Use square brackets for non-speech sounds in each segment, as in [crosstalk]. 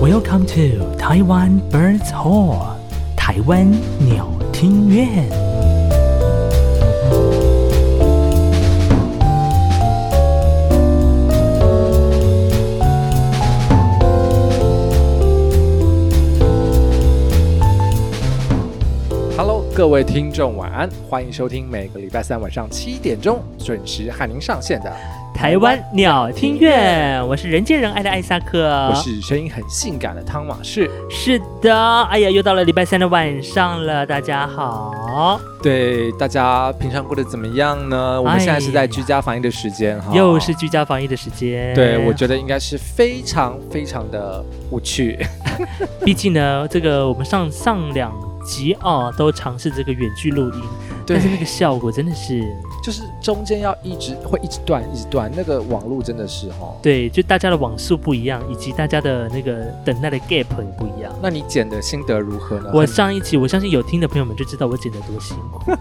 Welcome to Taiwan Birds Hall，台湾鸟听院。 Hello，各位听众晚安，欢迎收听每个礼拜三晚上七点钟准时和您上线的。台湾鸟听院，我是人见人爱的艾萨克，我是声音很性感的汤马士。是的，哎呀，又到了礼拜三的晚上了，大家哦好，对大家平常过得怎么样呢？我们现在是在居家防疫的时间哈，哎又是居家防疫的时间，对，我觉得应该是非常非常的 [laughs] 无趣。毕竟呢，这个我们上上两集啊、都尝试这个远距录音，对但是那个效果真的是，就是中间要一直会一直断，一直断，那个网络真的是哦。对，就大家的网速不一样，以及大家的那个等待的 gap 也不一样。那你剪的心得如何呢？我上一集，我相信有听的朋友们就知道我剪得多辛 [laughs] 苦，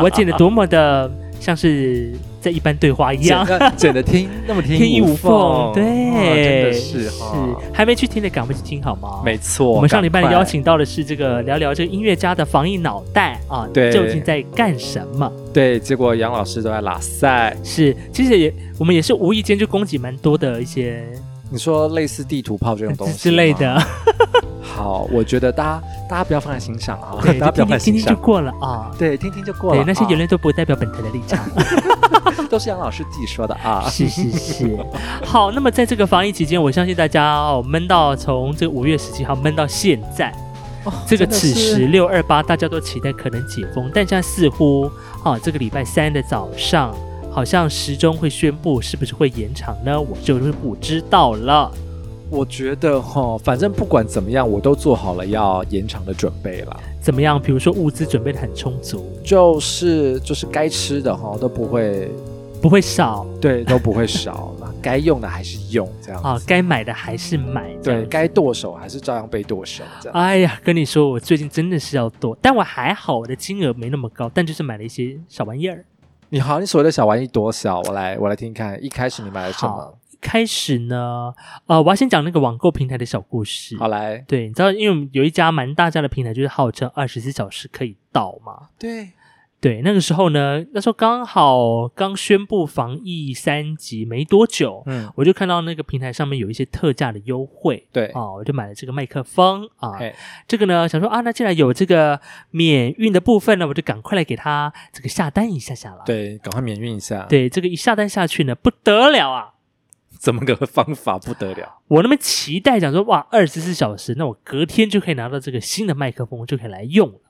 我剪得多么的像是在一般对话一剪样，的剪的听那 [laughs] 么听天衣无缝缝，，对，啊真的是哈，还没去听的赶快去听好吗？没错。我们上礼拜赶快邀请到的是这个聊聊这个音乐家的防疫脑袋啊，对究竟在干什么？对，结果杨老师都在拉塞。是，其实也我们也是无意间就攻击蛮多的一些你说类似地图炮这种东西吗之类。的，好，我觉得大家大家不要放在心上啊，对， [laughs] 大家就不今要放在天今心天就上。过了啊。对，听听就过了对啊。，那些言论都不代表本台的立场。都是杨老师自己说的啊。是是是， [laughs] 好，那么在这个防疫期间，我相信大家哦，闷到从这五月十七号闷到现在，这个此时六二八大家都期待可能解封，但现在似乎啊，这个礼拜三的早上，好像时钟会宣布是不是会延长呢？我就是不知道了。我觉得哈，反正不管怎么样，我都做好了要延长的准备了。怎么样？比如说物资准备的很充足，就是就是该吃的哈都不会，不会少对，都不会少了。该用的还是用，这样啊子，。该买的还是买。这样对子该剁手还是照样被剁手，这样。哎呀，跟你说，我最近真的是要剁，但我还好，我的金额没那么高，但就是买了一些小玩意儿。你好，你所谓的小玩意多小？我来我来听听看，一开始你买了什么好？一开始呢，呃，我要先讲那个网购平台的小故事。好来，对，你知道，因为我们有一家蛮大家的平台，就是号称二十四小时可以到嘛。对，对，那个时候呢，那时候刚好刚宣布防疫三级没多久，嗯，我就看到那个平台上面有一些特价的优惠。对，啊、我就买了这个麦克风啊，哎，这个呢，想说啊，那既然有这个免运的部分呢，我就赶快来给它这个下单一下下啦。对，赶快免运一下。，对，这个一下单下去呢，不得了啊！怎么个方法不得了？我那么期待，想说哇，二十四小时，那我隔天就可以拿到这个新的麦克风，就可以来用了。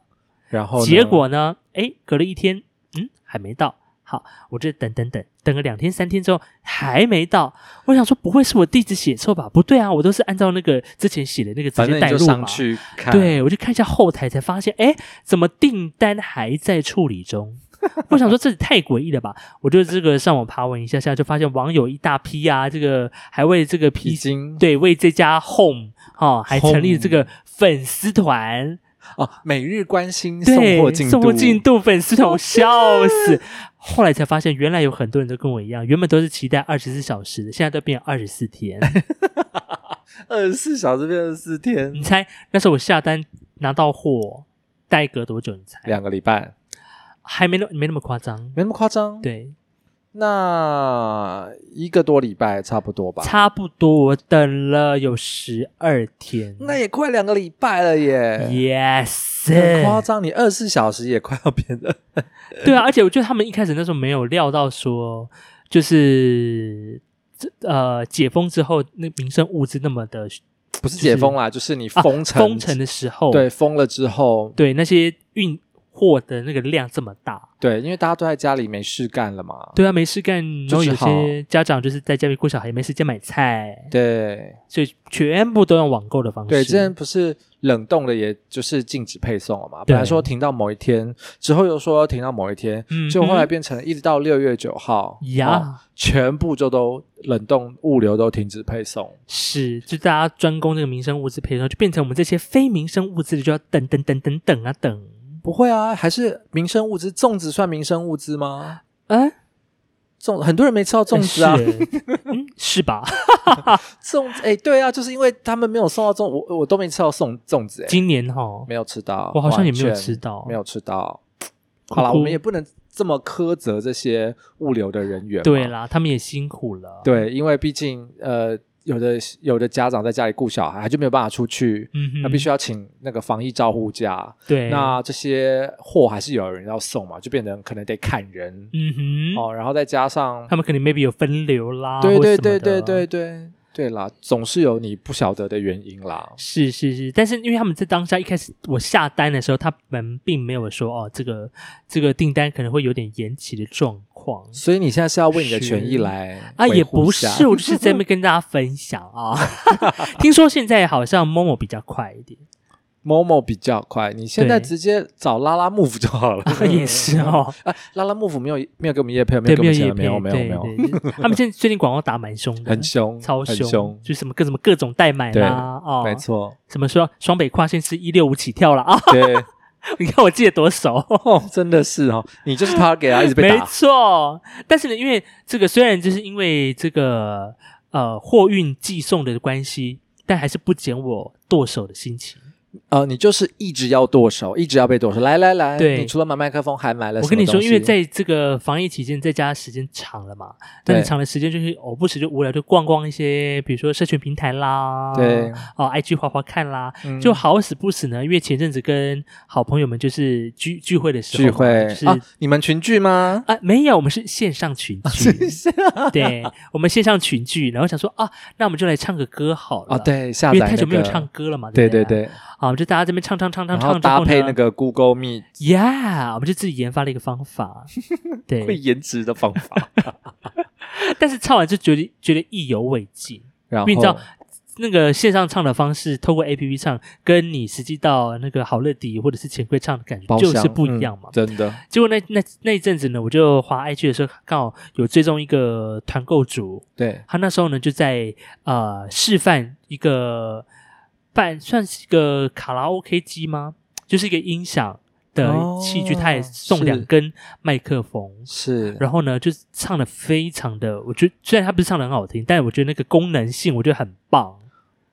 然后呢结果呢，哎，隔了一天，嗯，还没到。好，我这等等等等个两天三天之后还没到，我想说不会是我地址写错吧？不对啊，我都是按照那个之前写的那个直反接正你带就入上嘛。去看，，对，我就看一下后台，才发现，哎，怎么订单还在处理中？ [laughs] 我想说这也太诡异了吧！我就这个上网爬文一下下，就发现网友一大批啊，这个还为这个已 P 经对，为这家 Home 哦，还成立 Home 这个粉丝团，哦，每日关心对，送货进度，送货进度粉丝团，我笑 [laughs] 死。后来才发现，原来有很多人都跟我一样，原本都是期待二十四小时的，现在都变二十四 [laughs] 天。二十四小时变二十四天，你猜那时候我下单拿到货，大概隔多久？你猜？两个礼拜，还没那没那么夸张，没那么夸张。，对，那一个多礼拜差不多吧。差不多我等了有十二天。那也快两个礼拜了耶， Yes，很夸张！你二十四小时也快要变得， [laughs] 对啊，而且我觉得他们一开始那时候没有料到说，就是这呃解封之后，那民生物资那么的不是解封啦，就是你封城，啊、封城，的时候，对，封了之后，对那些运货的那个量这么大，对，因为大家都在家里没事干了嘛，对啊，没事干，然就后只有好些家长就是在家里顾小孩，也没时间买菜，对，所以全部都用网购的方式。对，之前不是冷冻的，也就是禁止配送了嘛。对本来说停到某一天，之后又说停到某一天，嗯哼就后来变成一直到六月九号，呀、哦全部就都冷冻物流都停止配送。是，就大家专攻这个民生物资配送，就变成我们这些非民生物资的就要等等等等等啊等。不会啊，还是民生物资，粽子算民生物资吗？哎、粽很多人没吃到粽子啊，是，嗯，是吧？ [laughs] 粽子哎、对啊，就是因为他们没有送到粽，我我都没吃到粽粽子哎、今年哈，没有吃到，我好像也没有完全吃到没有吃到。哭好了，哭我们也不能这么苛责这些物流的人员。对，啦，他们也辛苦了。，对，因为毕竟呃，有的有的家长在家里顾小孩，他就没有办法出去，嗯哼，那必须要请那个防疫照护假。对。那这些货还是有人要送嘛，就变成可能得砍人、嗯哼，哦，然后再加上他们可能 maybe 有分流啦，对或对什么对对的啊对对对啦，总是有你不晓得的原因啦。是是是，但是因为他们在当下一开始我下单的时候，他们并没有说哦，这个这个订单可能会有点延期的状况所以你现在是要为你的是权益来啊，维也护不一下是，我就是在那边跟大家分享 [laughs] 啊。听说现在好像 Momo 比较快一点， Momo 比较快，你现在对直接找拉拉 move 就好了。 [laughs] 也是哦，啊， [laughs] 拉拉 move 没有没有给我们叶配，对，没有给我没有们也钱，配，没有没有对对没有，就是他们现在最近广告打蛮凶的， [laughs] 很凶，超很凶，就什么各什么各种代买对啦，哦，没错，什么说双北跨线是一六五起跳了 [laughs] 啊，对， [laughs] 你看我记得多熟。哦，真的是哦，[laughs] 你就是 target 啊，一直被没打，错，但是呢，因为这个虽然就是因为这个呃货运寄送的关系，但还是不减我剁手的心情。呃，你就是一直要剁手，一直要被剁手，来来来，对你除了买麦克风，还买了我什么跟你东西，说，因为在这个防疫期间，在家时间长了嘛，那你对长的时间就是我不时就无聊就逛逛一些，比如说社群平台啦，对，哦，IG 滑滑看啦，嗯就好死不死呢，因为前阵子跟好朋友们就是聚聚会的时候嘛，聚会就是啊，你们群聚吗？啊，没有，我们是线上群啊聚，对，我们线上群聚，然后想说啊，那我们就来唱个歌好了哦，，对，下载因为那太个久没有唱，歌了嘛，对对不，对对，啊，我们就大家这边唱唱唱唱然唱后之后搭呢配那个 Google Meet ，Yeah，我们就自己研发了一个方 [laughs] 法，会对，延迟的 [laughs] 方法，但是唱完就觉得觉得意犹未尽，然因为你知道后。那个线上唱的方式，透过 A P P 唱，跟你实际到那个好乐迪或者是钱柜唱的感觉包就厢是不一样嘛嗯。真的，结果那那那一阵子呢，我就滑 IG 的时候，刚好有追踪一个团购主，对，他那时候呢就在呃示范一个办算是一个卡拉 OK 机吗？就是一个音响的哦器具，他也送是两根麦克风，是，然后呢就是唱的非常的，我觉得虽然他不是唱的很好听，但我觉得那个功能性我觉得很棒。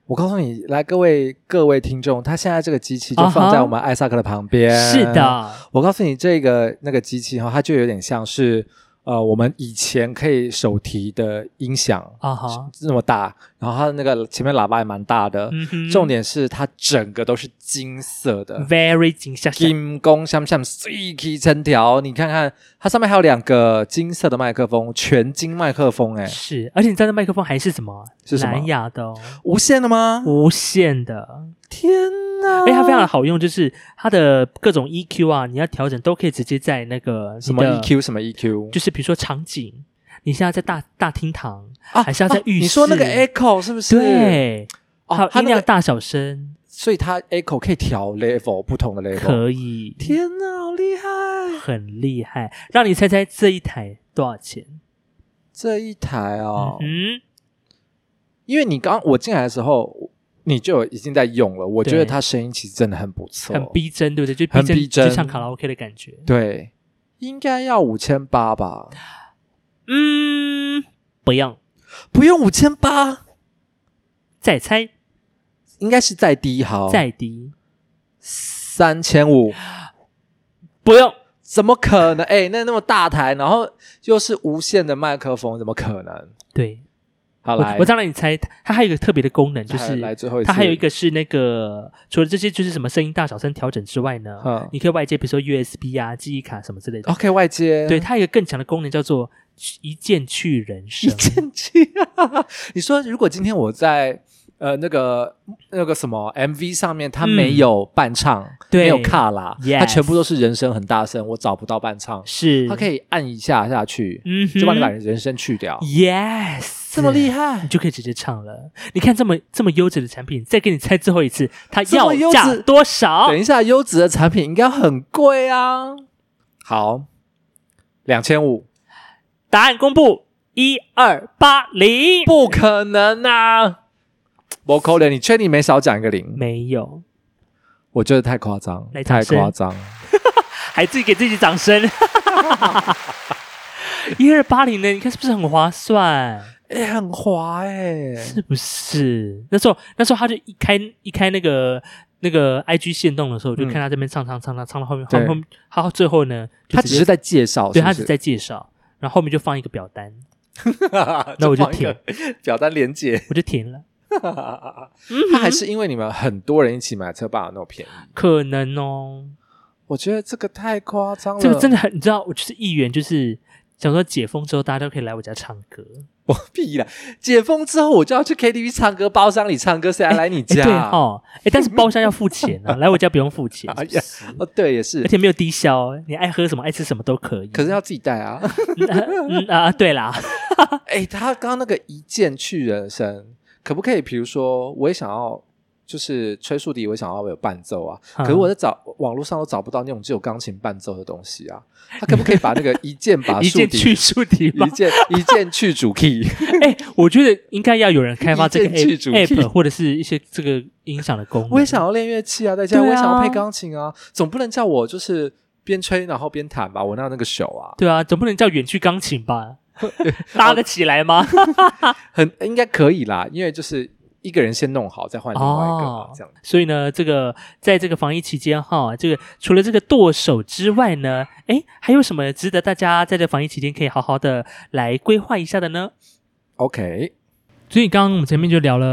我告诉你，来各位各位听众，它现在这个机器就啊哈放在我们艾萨克的旁边。是，的，我告诉你，这个那个机器哈，它就有点像是呃，我们以前可以手提的音响啊哈，那么大，然后它的那个前面喇叭也蛮大的。嗯哼，重点是它整个都是金色的。 very 惊吓，金工像不像 C K 成条？你看看，它上面还有两个金色的麦克风，全金麦克风、哎，是，而且你知道那麦克风还是什么？是什么蓝牙的、哦，无线的吗？无线的。天哪！哎，它非哦常的好用，就是它的各种 EQ 啊，你要调整都可以直接在那个什么 E 你的 EQ 什么 EQ，就是比如说场景，你现在在大大厅堂，啊还是要在浴室你说那个 echo 是不是？，对，还哦有，它音那量个，大小声所以它 echo 可以调 level 不同的 level。可以，天哪，好厉害！很厉害。让你猜猜这一台多少钱？这一台哦，嗯，因为你刚我进来的时候，你就已经在用了，我觉得对它声音其实真的很不错，很逼真，对不对？就很真，逼真就唱卡拉 OK 的感觉。对，应该要五千八吧？嗯，不用，不用五千八，再猜，应该是再低好，再低，三千五。不用。怎么可能？哎、那那么大台，然后又是无线的麦克风，怎么可能？对，好我来，我再让你猜，它它还有一个特别的功能，就来是来最后一次，它还有一个是那个，除了这些就是什么声音大小声调整之外呢，嗯你可以外接，比如说 USB 啊、记忆卡什么之类的。 OK 外接，对，它有一个更强的功能叫做一键去人一声。键去。 [laughs] 你说如果今天我在呃那个那个什么 MV 上面，它嗯没有伴唱，对没有卡拉 Yes 它全部都是人声很大声，我找不到伴唱，是，它可以按一下下去，嗯哼，嗯就把你把人声去掉， Yes， [laughs] 这么厉害。害你。就可以直接唱了。你看这么这么优质的产品，再给你猜最后一次，它这要么优价质多少等？一下，优质的产品应该很贵啊。好，两千五，答案公布，一二八零，不可能啊！我扣脸，你确定没少讲一个零？没有，我觉得太夸张来，掌太声夸张。 [laughs] 还自己给自己掌声。一二八零的，你看是不是很划算？哎、很滑哎、是不是？那时候那时候他就一开一开那个那个 IG 线动的时候，我就嗯看他这边唱唱唱唱唱到后面，对后面他到最后呢，就他直只接是在介绍，对是不他是只在介绍，然后后面就放一个表单，那 [laughs] 那我就填表单连接。我就填了，嗯他还是因为你们很多人一起买车，把那么便宜。可能哦，我觉得这个太夸张了，这个真的的很，你知道，我就是议员，就是想说解封之后大家都可以来我家唱歌，我屁了。解封之后我就要去 KTV 唱歌，包厢里唱歌，谁还来你哎，家？对哦，哎，但是包厢要付钱 [laughs] 啊，来我家不用付钱，哎是呀不是哦，对，也是而，且没有低消，你爱喝什么爱吃什么都可以。可是要自己带 [laughs] 啊。嗯啊，对啦，哎，他刚刚那个一键去人生，可不可以？比如说，我也想要，就是吹竖笛，我也想要有伴奏啊。嗯可是我在找网络上都找不到那种只有钢琴伴奏的东西啊。他可不可以把那个 [laughs] 一键把一竖键笛去除题吗一？键一键去主 [laughs] key，哎，我觉得应该要有人开发这个一键去 app 除器 app 或者是一些这个音响的功能。我也想要练乐器啊，在家、对啊我也想要配钢琴啊，总不能叫我就是边吹然后边弹吧，我哪有那个手啊？对啊，总不能叫远去钢琴吧？ [laughs] 搭得起来吗？ [laughs] 很应该可以啦，因为就是一个人先弄好，再换另外一个、啊哦这样。所以呢，这个在这个防疫期间哈，这个除了这个剁手之外呢，诶，还有什么值得大家在这防疫期间可以好好的来规划一下的呢？ OK，所以刚刚我们前面就聊了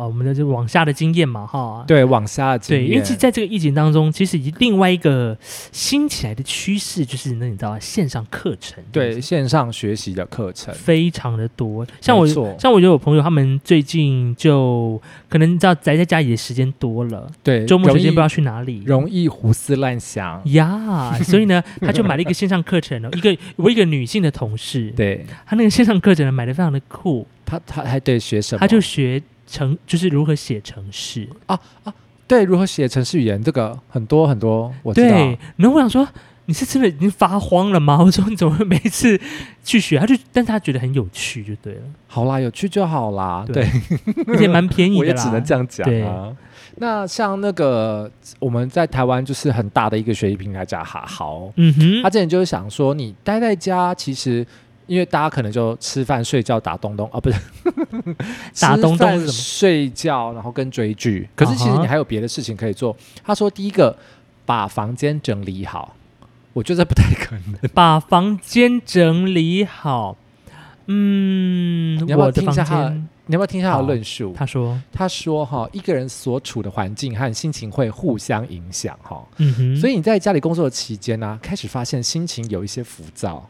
呃我们的这个往下的经验嘛，哈，对，往下的对，因为其实在这个疫情当中，其实以另外一个兴起来的趋势就是那你知道线上课程，线上学习的课程非常的多。像我没错像我就有朋友，他们最近就可能你知道宅在家里的时间多了，对周末时间不知道嗯去哪里。容易胡思乱想，呀所以呢，他就买了一个线上课程哦，一个我一个女性的同事，对她那个线上课程呢买的非常的酷，他他还得学什她就学程就是如何写程式，对如何写程式语言，这个很多很多我对，然后我想说，你是真的已经发慌了吗？ [laughs] 我说你怎么会每次去学？他就，但是他觉得很有趣就 [laughs] 对了，好啦，有趣就好啦，对而且蛮便宜我的也啦。只能这样讲对啊。那像那个我们在台湾就是很大的一个学习平台叫哈豪，嗯哼，他之前就是想说，你待在家其实。因为大家可能就吃饭、睡觉、打东东啊，不是 [laughs] 打东东是吃什么饭睡觉，然后跟追剧。可是其啊实哈你还有别的事情可以做。他说，第一个把房间整理好，我觉得这不太可能。把房间整理好。嗯，你要不要我的听一房下他的间，你要不要听一下他好的论述？他说，他说哈，一个人所处的环境和心情会互相影响哈，嗯哼，所以、以你在家里工作的期间呢、开始发现心情有一些浮躁。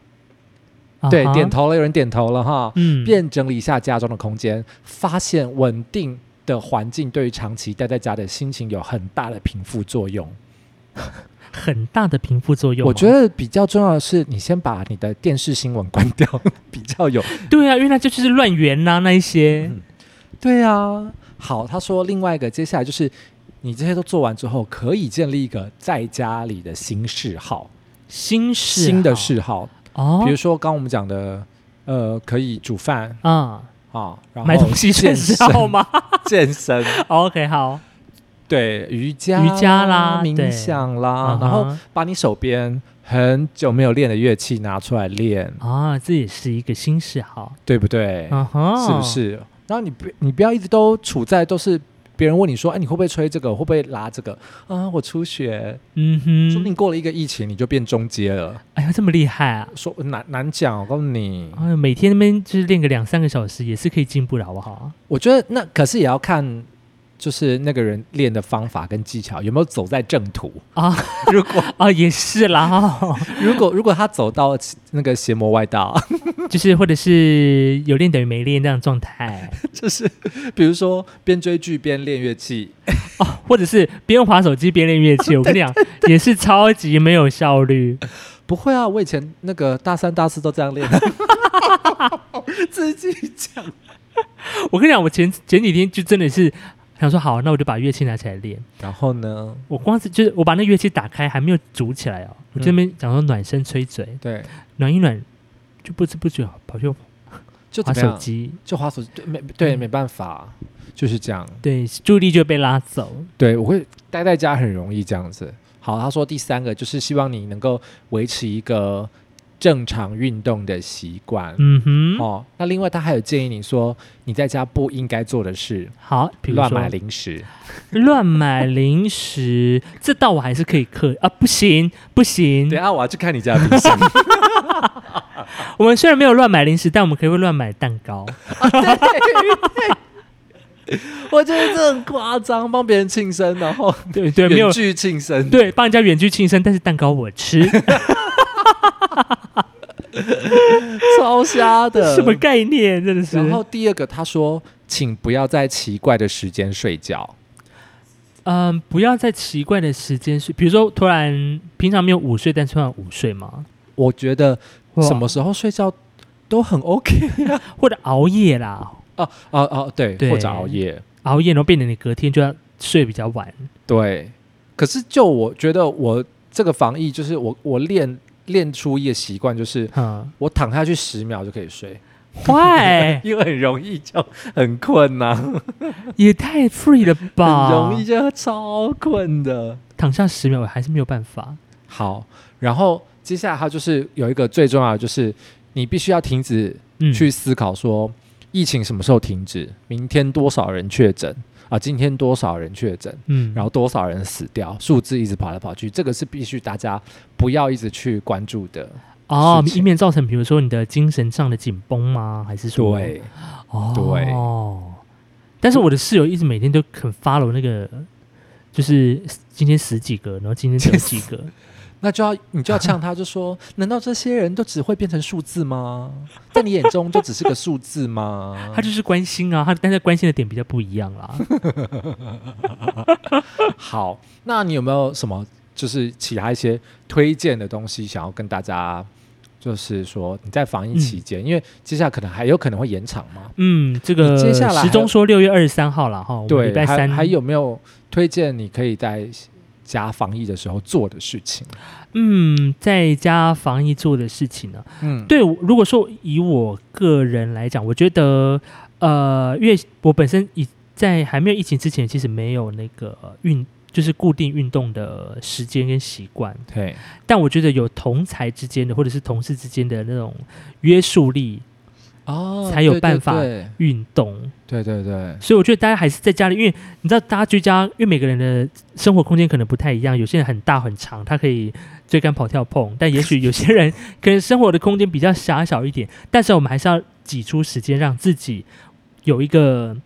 对，点，头了，有人点头了哈。啊嗯，便整理一下家中的空间，发现稳定的环境对于长期待在家的心情有很大的平复作用。很大的平复作用哦。我觉得比较重要的是，你先把你的电视新闻关掉， [laughs] 比较有对啊，因为那就就是乱源呐、那一些。嗯对啊，好，他说另外一个，接下来就是你这些都做完之后，可以建立一个在家里的新嗜好，新事新的好嗜好，哦，比如说刚刚我们讲的，呃，可以煮饭啊、啊，然后买东西算健是好身、吗 [laughs] 哦健身， [laughs] ？OK，好，对，瑜伽、瑜伽啦对冥想啦嗯，啊然后哼把你手边很久没有练的乐器拿出来练，啊，这也是一个新嗜好，对不对？嗯哼，是不？是？然后你不你不要一直都处在都是别人问你说，哎，你会不会吹这个？会不会拉这个？啊，我初学，嗯说不哼定，过了一个疫情，你就变中阶了。哎呀，这么厉害啊！说难难讲，我告诉你，哎呀，每天那边就是练个两三个小时，也是可以进步的，好不好？ [laughs] 我觉得那可是也要看。就是那个人练的方法跟技巧有没有走在正途啊？ [laughs] 如果啊，也是啦， [laughs] 哦如果如果他走到那个邪魔外道， [laughs] 就是或者是有练等于没练那样的状态 [laughs] 就是比如说边追剧边练乐器，哦，或者是边滑手机边练乐器，我跟你讲，也是超级没有效率。不会啊，我以前那个大三大四都这 [laughs] 样练，自己讲。我跟你讲，我前前几天就真的是想说，好，那我就把乐器拿起来练。然后呢？我光是就是我把那乐器打开，还没有煮起来哦，我嗯这边讲说暖身吹嘴，对，暖一暖，就不知不觉跑去就滑怎么手样？机，就滑手机，对，没嗯对，没办法，就是这样。对，注意力就被拉走。对，我会待在家很容易这样子。好，他说第三个就是希望你能够维持一个正常运动的习惯。嗯哼，哦，那另外他还有建议你说你在家不应该做的事，好，比如乱买说嗯零食。乱买零食，这倒我还是可以克啊，不行不行等一，下我要去看你家的冰 [laughs] 箱。我们虽然没有乱买零食，但我们可以会乱买蛋 [laughs] 糕。 [laughs] 我觉得这很夸张，帮别人庆生，然后对对，没有远距庆生。对，帮人家远距庆生，但是蛋糕我 [laughs] 吃，超瞎的，什么概念？真的是。然后第二个，他说，请不要在奇怪的时间睡觉。嗯，不要在奇怪的时间睡，比如说突然平常没有午睡，但突然午睡嘛，我觉得哇什么时候睡觉都很 OK [laughs] 或者熬夜啦，哦哦哦，对，对或者熬夜，熬夜然后变成你隔天就要睡比较晚。对。可是就我觉得，我这个防疫就是我我练练出一个习惯，就是嗯，我躺下去十秒就可以睡，坏因为很容易就很困呐、也太 free 了吧，很容易就超困的。躺下十秒，我还是没有办法。好，然后接下来它就是有一个最重要的，就是你必须要停止嗯，去思考说，疫情什么时候停止？明天多少人确诊啊？今天多少人确诊？嗯，然后多少人死掉？数字一直跑来跑去，这个是必须大家不要一直去关注的。哦事，情以免造成比如说你的精神上的紧绷吗？还是说，对，哦，对。但是我的室友一直每天都很 follow 那个，就是今天死几个，然后今天得几个，那就要你就要呛他，就说：难道这些人都只会变成数字 [laughs] 吗？在你眼中就只是个数字吗他？就是关心啊，他但是关心的点比较不一样 [laughs] 啦。好，那你有没有什么就是其他一些推荐的东西想要跟大家？就是说你在防疫期间，因为接下来可能还有可能会延长嘛，嗯，这个你接下来还有时钟说六月二十三号了哈，我们对，礼拜还三还有没有推荐你可以在家防疫的时候做的事情？嗯，在家防疫做的事情啊呢、嗯，对，我如果说以我个人来讲，我觉得呃，因为我本身以在还没有疫情之前，其实没有那个呃运，就是固定运动的时间跟习惯。对，但我觉得有同才之间的，或者是同事之间的那种约束力哦才有办法对运动。对对对对所以我觉得大家还是在家里，因为你知道，大家居家，因为每个人的生活空间可能不太一样，有些人很大很长，他可以追赶跑跳碰，但也许有些人可能生活的空间比较狭小一点，但是我们还是要挤出时间，让自己有一个嗯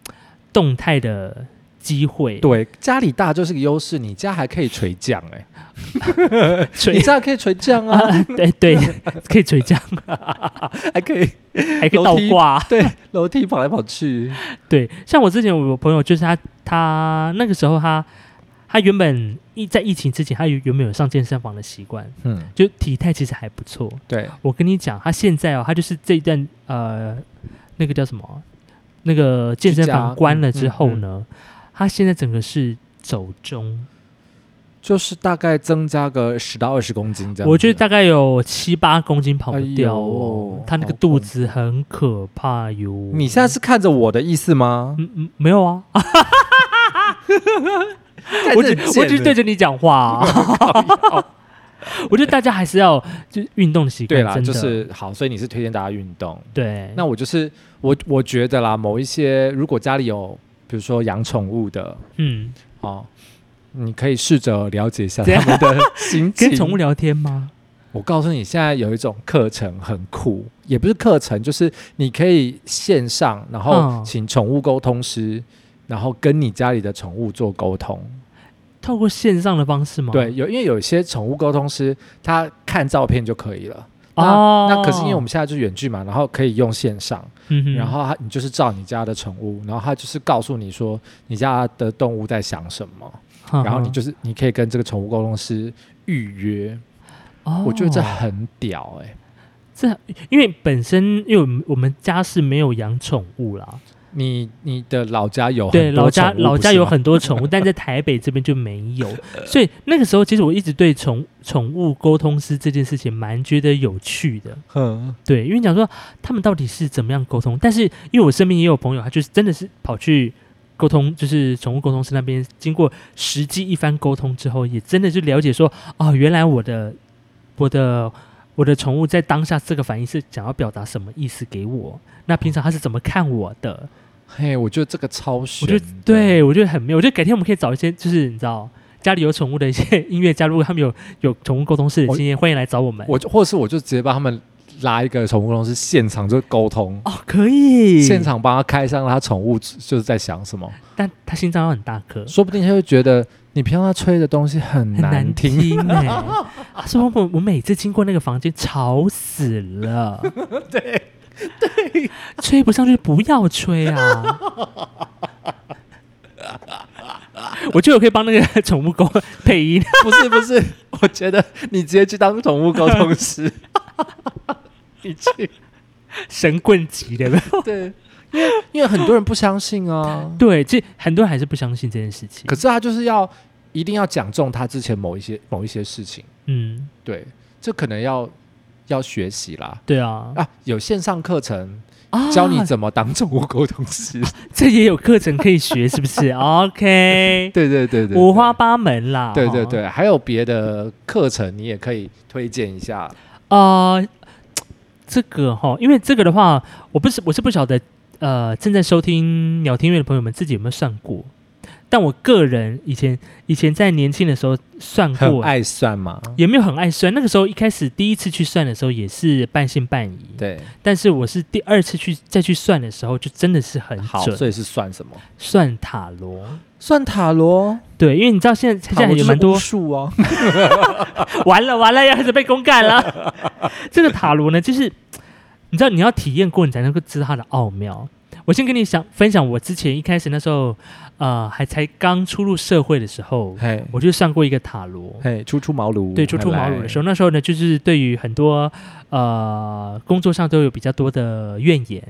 动态的机会。对，家里大就是个优势，你家还可以垂降哎、垂你家可以垂降啊 [laughs] 啊，，对对，可以垂降，还可以还可以倒楼梯挂。对楼梯跑来跑去，对，像我之前我有朋友就是他，他那个时候他他原本疫在疫情之前，他有原本有上健身房的习惯，嗯，就体态其实还不错。对，我跟你讲，他现在哦，他就是这一段呃，那个叫什么，那个健身居房家关了嗯之嗯后呢，他现在整个是走中，就是大概增加个十到二十公斤这样子。我觉得大概有七八公斤跑不哎掉呦哦，他那个好恐肚子很可怕哟。你现在是看着我的意思吗？嗯嗯没有啊， [laughs] 我只我只是对着你讲话、啊。[laughs] 哎我觉得大家还是要就是运动的习惯，对啦，真的就是好，所以你是推荐大家运动。对。那我就是我，我觉得啦，某一些如果家里有，比如说养宠物的嗯，哦，你可以试着了解一下怎他样们的心情。跟宠物，聊天吗？我告诉你，现在有一种课程很酷，也不是课程，就是你可以线上，然后嗯请宠物沟通师，然后跟你家里的宠物做沟通。透过线上的方式吗？对，有因为有一些宠物沟通师，他看照片就可以了。那哦那可是因为我们现在就是远距嘛，然后可以用线上。嗯哼，然后他你就是照你家的宠物，然后他就是告诉你说你家的动物在想什么，嗯哼，然后你就是你可以跟这个宠物沟通师预约，哦，我觉得这很屌哎、这，因为本身因为我们我们家是没有养宠物啦，你你的老家有对，哦很多老家宠物老不是家有吗很多宠物，但在台北这边就没 [laughs] 有，所以那个时候其实我一直对宠宠物沟通师这件事情蛮觉得有趣的，嗯对，因为讲说他们到底是怎么样沟通，但是因为我身边也有朋友，他就是真的是跑去。沟通就是宠物沟通师那边，经过实际一番沟通之后，也真的就了解说，哦，原来我的我的我的宠物在当下这个反应是想要表达什么意思给我？那平常它是怎么看我的？嘿，我觉得这个超我悬觉的得，对我觉得很妙。我觉得改天我们可以找一些，就是你知道家里有宠物的一些 [laughs] 音乐家，如果他们有有宠物沟通室的经验，欢迎来找我们。我就或者是我就直接帮他们拉一个宠物公司，现场就沟通，哦，可以，现，场帮他开箱他宠物就是在想什么，但它心脏要很大颗，说不定他会觉得你平常他吹的东西很很难难听。 [laughs] 听哎、 [laughs] 啊，是我我我每次经过那个房间，吵死了。对对，吹不上去不要吹啊！ [laughs] 我觉得我可以帮那个宠物狗配音， [laughs] 不是不是，我觉得你直接去当宠物沟通 [laughs] 师，你去神棍级的。对，因为因为很多人不相信啊， [laughs] 对，这很多人还是不相信这件事情。可是他就是要一定要讲中他之前某一些某一些事情，嗯，对，这可能要要学习啦。对啊，啊，有线上课程啊教你怎么当宠物沟通 [laughs] 师，这也有课程可以学，是不是 [laughs] ？OK，对对对对对，五花八门啦。对对哦对，还有别的课程，你也可以推荐一下。呃，这个哈，因为这个的话，我不是我是不晓得，呃，正在收听鸟听乐的朋友们自己有没有算过？但我个人以前以前在年轻的时候算很过，爱算嘛，也没有很爱算。那个时候一开始第一次去算的时候也是半信半疑，对，但是我是第二次去再去算的时候，就真的是很好，准，所以是算什么？算塔罗。算塔罗，对，因为你知道现在现在塔罗有蛮就是巫多术哦。完了完了，要开始被公干了。 [laughs] 这个塔罗呢，就是你知道你要体验过，你才能够知道它的奥妙。我先跟你想分享，我之前一开始那时候，呃，还才刚出入社会的时候， [laughs] 嘿，我就上过一个塔罗。嘿，初出茅庐，对，初出茅庐的时候，那时候呢，就是对于很多呃工作上都有比较多的怨言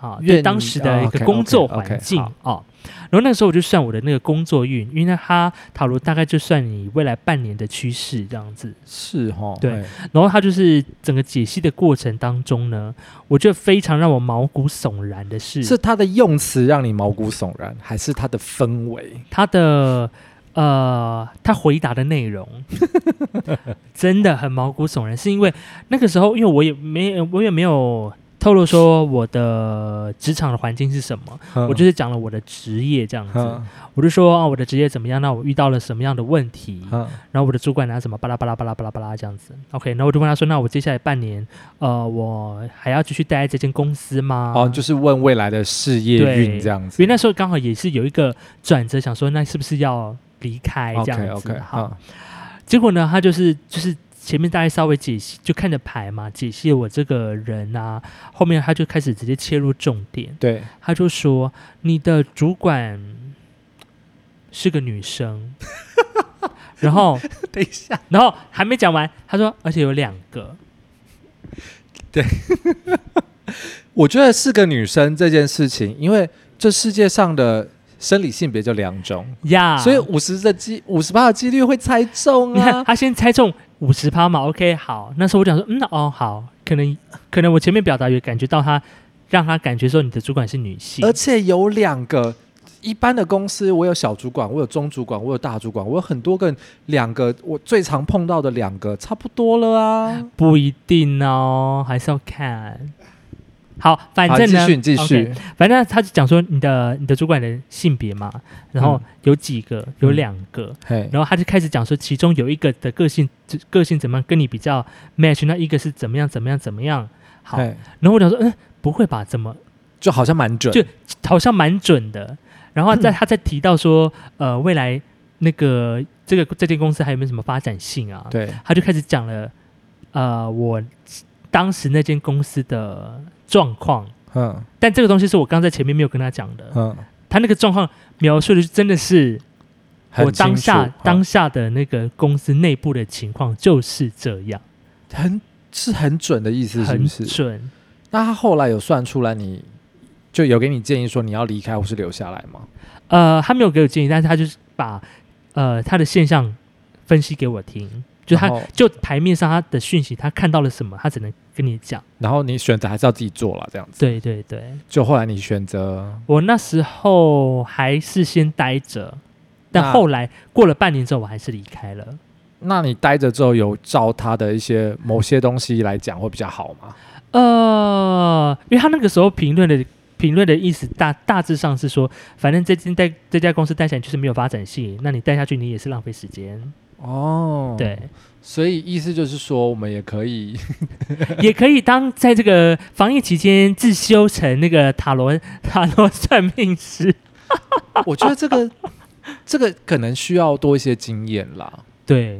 啊，对怨当时的哦一个 OK，工作 OK，OK，环境好啊。然后那时候我就算我的那个工作运，因为那它塔罗大概就算你未来半年的趋势这样子。是哈，对嘿，然后它就是整个解析的过程当中呢，我觉得非常让我毛骨悚然的是，是它的用词让你毛骨悚然，还是它的氛围？他的呃，他回答的内容真的很毛骨悚然，是因为那个时候，因为我也没我也没有透露说我的职场的环境是什么，嗯我就是讲了我的职业这样子，哼我就说啊我的职业怎么样，那我遇到了什么样的问题，哼然后我的主管拿什么巴拉巴拉巴拉巴拉巴拉这样子，OK，然后我就问他说，那我接下来半年，呃，我还要继续待在这间公司吗？哦，就是问未来的事业运这样子。因为那时候刚好也是有一个转折，想说那是不是要离开这 OK 样子 OK 嗯好，，结果呢，他就是就是前面大概稍微解析，就看着牌嘛，解析我这个人啊，后面他就开始直接切入重点，对， [laughs] 他就说你的主管是个女生，然后等一下，然后还没讲完，他说而且有两个，我觉得是个女生这件事情，因为这世界上的生理性别就两种，呀、所以五十的几五十八的几率会猜啊中你看啊。他先猜中五十趴嘛，OK，好，那时候我讲说，嗯哦好，可能可能我前面表达有感觉到他，让他感觉说你的主管是女性而，且有两个一般的公司，我有小主管，我有中主管，我有大主管，我有很多个两个，我最常碰到的两个差不多了啊。不一定哦，还是要看。好，反好正继呢，续你继 OK，续，反正他就讲说你的你的主管的性别嘛，然后嗯有几个，有两个，嘿，然后他就开始讲说，其中有一个的个性个性怎么样跟你比较 match，那一个是怎么样怎么样怎么样。好，嘿，然后我讲说，嗯，不会吧，怎么就好像蛮准，就好像蛮准的。然嗯后在他在提到说，呃，未来那个这个这间公司还有没有什么发展性啊？对，他就开始讲了，呃，我当时那间公司的状况。嗯但这个东西是我刚在前面没有跟他讲的，嗯，他那个状况描述的是真的是很我当下清楚嗯当下的那个公司内部的情况就是这样，很是很准的意思，是很不是？准。那他后来有算出来你，就有给你建议说你要离开或是留下来吗？呃，他没有给我建议，但是他就是把呃他的现象分析给我听，就他然后就台面上他的讯息，他看到了什么，他只能跟你讲。然后你选择还是要自己做了，这样子。对对对，就后来你选择，我那时候还是先待着，但那后来过了半年之后，我还是离开了。那你待着之后有照他的一些某些东西来讲会比较好吗？呃，因为他那个时候评论的评论的意思大大致上是说，反正这间带这家公司带起来就是没有发展性，那你带下去你也是浪费时间。哦，对，所以意思就是说，我们也可以 [laughs] [laughs] 也可以当在这个防疫期间自修成那个塔罗塔罗算命师。我觉得这个这个可能需要多一些经验啦。 [laughs] 对，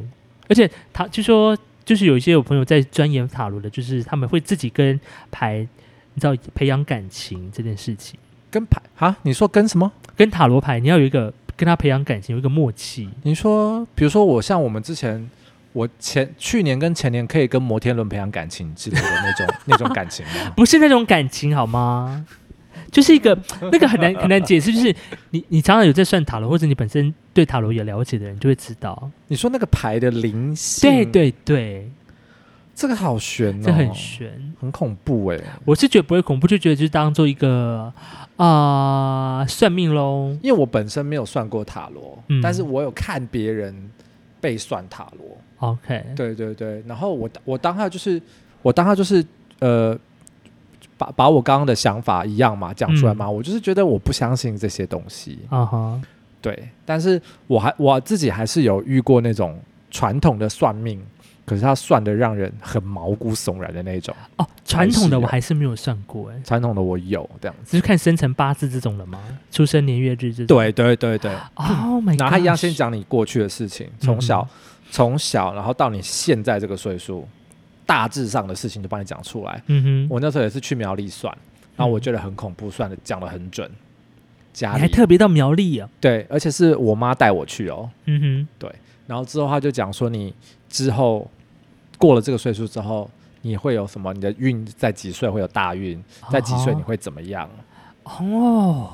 而且他就说，就是有一些有朋友在钻研塔罗的，就是他们会自己跟牌，你知道培养感情这件事情，跟牌啊，你说跟什么？跟塔罗牌你要有一个跟他培养感情，有一个默契。你说，比如说我像我们之前，我前去年跟前年可以跟摩天轮培养感情之类的 [laughs] 那种那种感情吗？不是那种感情好吗？ [laughs] 就是一个那个很难很难解释，就是你你常常有在算塔罗，或者你本身对塔罗有了解的人就会知道。你说那个牌的灵性，对，对对，这个好悬哦，这很，悬。很恐怖哎、我是觉得不会恐怖，就觉得就是当做一个啊、呃算命喽。因为我本身没有算过塔罗，嗯但是我有看别人被算塔罗， OK，对对对，然后我我当下就是我当下就是呃，把把我刚刚的想法一样嘛讲出来嘛，我就是觉得我不相信这些东西，啊哈，对，但是我还我自己还是有遇过那种传统的算命，可是他算的让人很毛骨悚然的那种，哦，传统的还是有我还是没有算过哎，传统的我有这样子，只是看生辰八字这种的吗？出生年月日这种。对对对对， ，Oh [laughs] my，然后他一样 gosh 嗯先讲你过去的事情，从小从小，然后到你现在这个岁数，大致上的事情就帮你讲出来。嗯哼，我那时候也是去苗栗算，然后我觉得很恐怖，算的讲的很准。家你还里特别到苗栗哦，对，而且是我妈带我去哦。嗯然后之后她就讲说，你之后过了这个岁数之后，你会有什么？你的运在几岁会有大运，哼，在几岁你会怎么样？哦，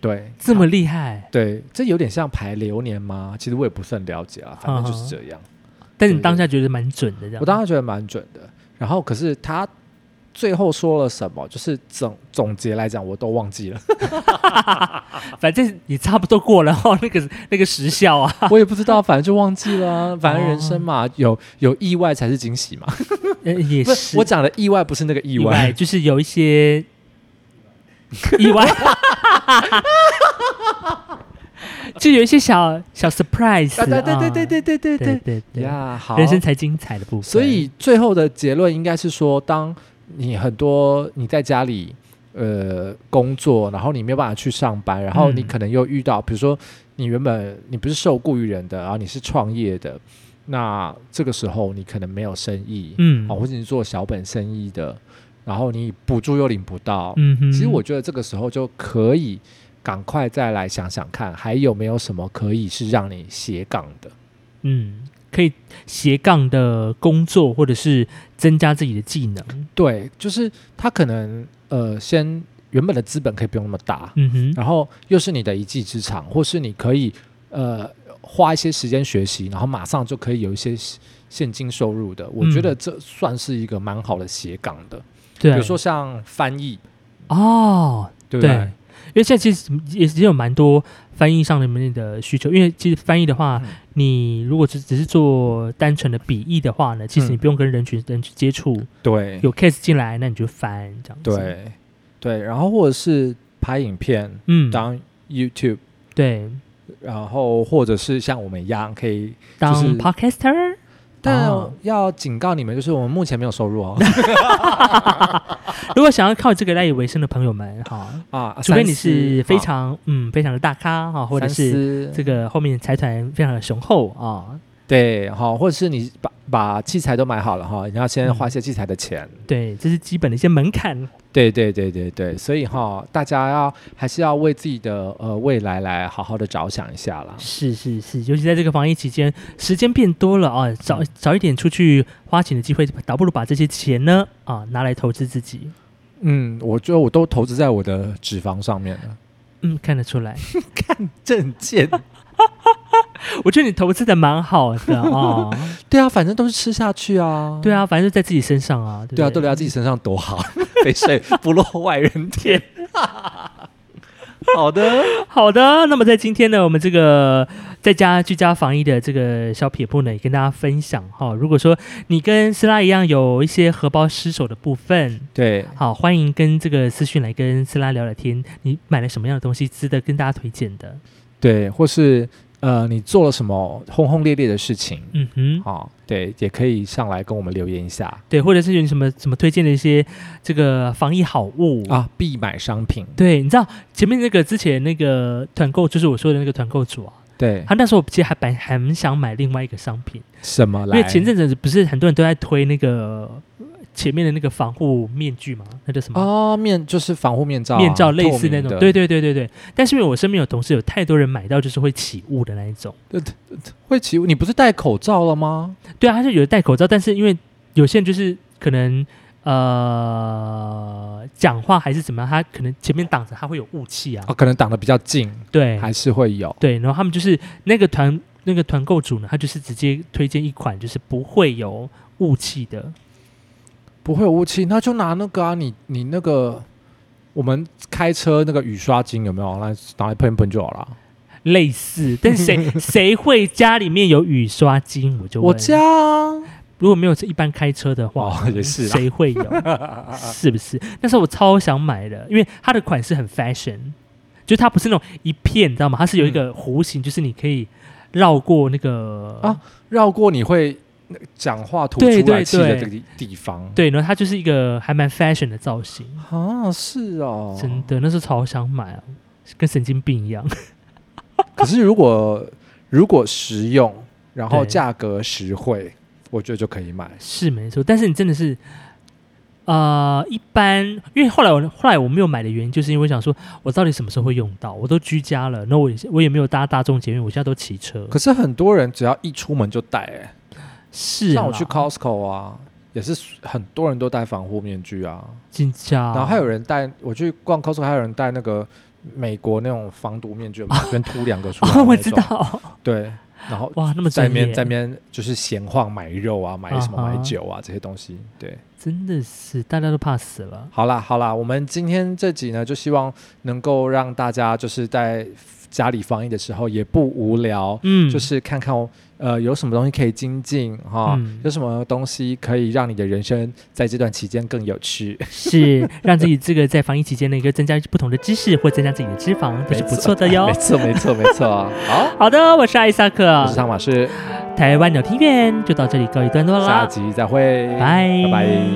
对，这么厉害，对，这有点像排流年吗？其实我也不是很了解啊，反正嗯就是这样。但是你当下觉得蛮准的这样。我当时觉得蛮准的。然后可是他最后说了什么，就是总总结来讲，我都忘记 [laughs] 了，反正也差不多过了哦，那个那个时效 [laughs] 啊，我也不知道，反正就忘记了 [laughs] 啊、反正人生嘛，有有意外才是惊喜嘛。呃也不是是，我讲的意外不是那个意意外，外，就是有一些意外， [laughs] 就有一些小小 surprise，啊对对对啊对对对对对对对呀，好，人生才精彩的部分。所以最后的结论应该是说，当你很多你在家里呃工作，然后你没有办法去上班，然后你嗯可能又遇到，比如说你原本你不是受雇于人的，然后你是创业的，那这个时候你可能没有生意，嗯哦，或者你做小本生意的，然后你补助又领不到，嗯哼，其实我觉得这个时候就可以赶快再来想想看，还有没有什么可以是让你斜杠的。嗯可以斜杠的工作，或者是增加自己的技能。对，就是他可能呃，先原本的资本可以不用那么大，嗯哼，然后又是你的一技之长，或是你可以呃花一些时间学习，然后马上就可以有一些现现金收入的。我觉得这算是一个蛮好的斜杠的，对，比如说像翻译，哦，对不对对？，因为现在其实也也有蛮多翻译上面的需求，因为其实翻译的话，嗯你如果只只是做单纯的笔译的话呢，其实你嗯不用跟人群人去接触，对有 case 进来，那你就翻这样子。，对对，然后或者是拍影片嗯，当 YouTube，、对，然后或者是像我们一样可以当就是 podcaster，但哦要警告你们，就是我们目前没有收入哦如果想要靠这个赖以为生的朋友们哈， [laughs] 啊，除非你三思是非啊常、嗯非常的大咖哈，或者三是思这个后面财团非常的雄厚啊，对，好，或者是你把把器材都买好了哈，你要先嗯花一些器材的钱。对，这是基本的一些门槛。对对对对对，所以哈，大家要还是要为自己的呃未来来好好的着想一下啦。是是是，尤其在这个防疫期间，时间变多了啊，早早一点出去花钱的机会，倒不如把这些钱呢啊拿来投资自己。嗯，我觉得我都投资在我的脂肪上面 [laughs] 了，嗯，看得出来，证件。我觉得你投资的蛮好的 [laughs] 啊。 [laughs] 对啊，反正都是吃下去啊。对啊，啊，反正就在自己身上啊。对不对啊，都对 [laughs] 留在自己身上多好，肥水不落外人田。 [laughs] 好的，好的，那么在今天呢，我们这个在家居家防疫的这个小撇步呢，也跟大家分享哈、如果说你跟斯拉一样有一些荷包失手的部分，对，好，欢迎跟这个私讯来跟斯拉聊聊天，你买了什么样的东西值得跟大家推荐的？对，或是呃，你做了什么轰轰烈烈的事情？嗯哼，哦，对，也可以上来跟我们留言一下对，或者是有你什么什么推荐的一些这个防疫好物？啊。必买商品，对，你知道前面那个之前那个团购，就是我说的那个团购主啊，对，他那时候其实还蛮还蛮想买另外一个商品，什么因来？为前阵子不是很多人都在推那个呃前面的那个防护面具嘛，那叫什么？哦，面就是防护面罩啊、面罩类透似那明种，的对，对对对对。但是因为我身边有同事有太多人买到就是会起雾的那一种，会起雾。你不是戴口罩了吗？对啊，他是有的戴口罩，但是因为有些人就是可能呃讲话还是怎么样，他可能前面挡着他会有雾气啊，哦，可能挡得比较近，对还是会有。对，然后他们就是那个团那个团购主呢，他就是直接推荐一款就是不会有雾气的，不会有雾气，那就拿那个啊，你你那个我们开车那个雨刷巾有没有？来拿来喷一喷就好了。类似，但是 [laughs] 谁谁会家里面有雨刷巾？我就我问家啊如果没有一般开车的话，嗯哦也是啊谁会 [laughs] 有？是不是？那时候我超想买的，因为它的款式很 fashion，就它不是那种一片，你知道吗？它是有一嗯个弧形，就是你可以绕过那个啊绕过你会那个讲话吐对出来对气的对这个地地方。对，然后它就是一个还蛮 fashion 的造型，啊，是哦，真的，那时候超想买啊，跟神经病一样。 [laughs] 可是如果如果实用，然后对价格实惠，我觉得就可以买。是没错，但是你真的是，呃，一般，因为后来我后来我没有买的原因，就是因为我想说，我到底什么时候会用到？我都居家了，那我也我也没有搭大众捷运，我现在都骑车。可是很多人只要一出门就戴、欸，是啊啦，像我去 Costco 啊，也是很多人都戴防护面具啊。进家，然后还有人戴，我去逛 Costco，还有人戴那个美国那种防毒面具，跟凸两个 [laughs] 出 [laughs] 来、哦，啊我知。道，对，然后哇，那么在专面业，在面就是闲晃买肉啊，买什么啊哈买酒啊这些东西。对，真的是大家都怕死了。好啦好啦，我们今天这集呢，就呃希望能够让大家就是在家里防疫的时候也不无聊，嗯，就是看看哦呃有什么东西可以精进哈，嗯有什么东西可以让你的人生在这段期间更有趣。是让自己这个在防疫期间呢，一个增加不同的知识或增加自己的脂肪，都是不错的哟 [laughs] 没。错没错没错。啊 [laughs] 好，好的，我是艾萨我是克，汤马士。台湾鸟听院就到这里告一段落下啦，集再会，啊拜拜拜。